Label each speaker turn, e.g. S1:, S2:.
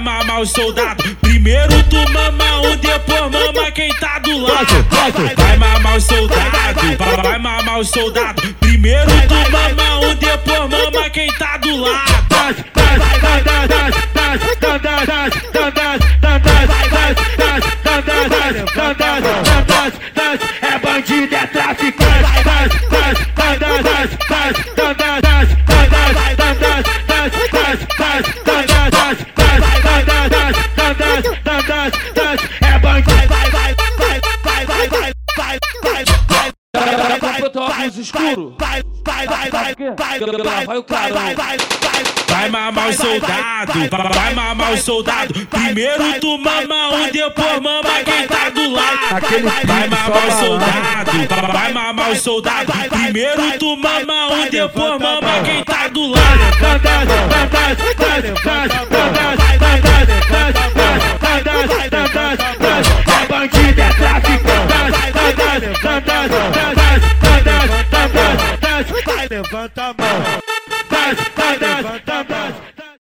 S1: mamar o soldado. Primeiro tu mama um, depois mama quem tá do lado. Vai mamar o soldado, vai, vai mamar o soldado. Primeiro tu mama um, depois mama quem tá do lado.
S2: É bandido, é traficante. É bandido.
S3: Era pra botar óculos escuro. Vai o cara.
S1: Vai mamar o soldado, vai mamar o soldado. Primeiro tu mama um, depois mama quem tá do lado.
S4: Aquele
S1: Vai
S4: pique
S1: mamar o
S4: só
S1: soldado, vai mamar o soldado. Primeiro tu mama um, depois mama quem tá do lado.
S2: É bandido, é traficante.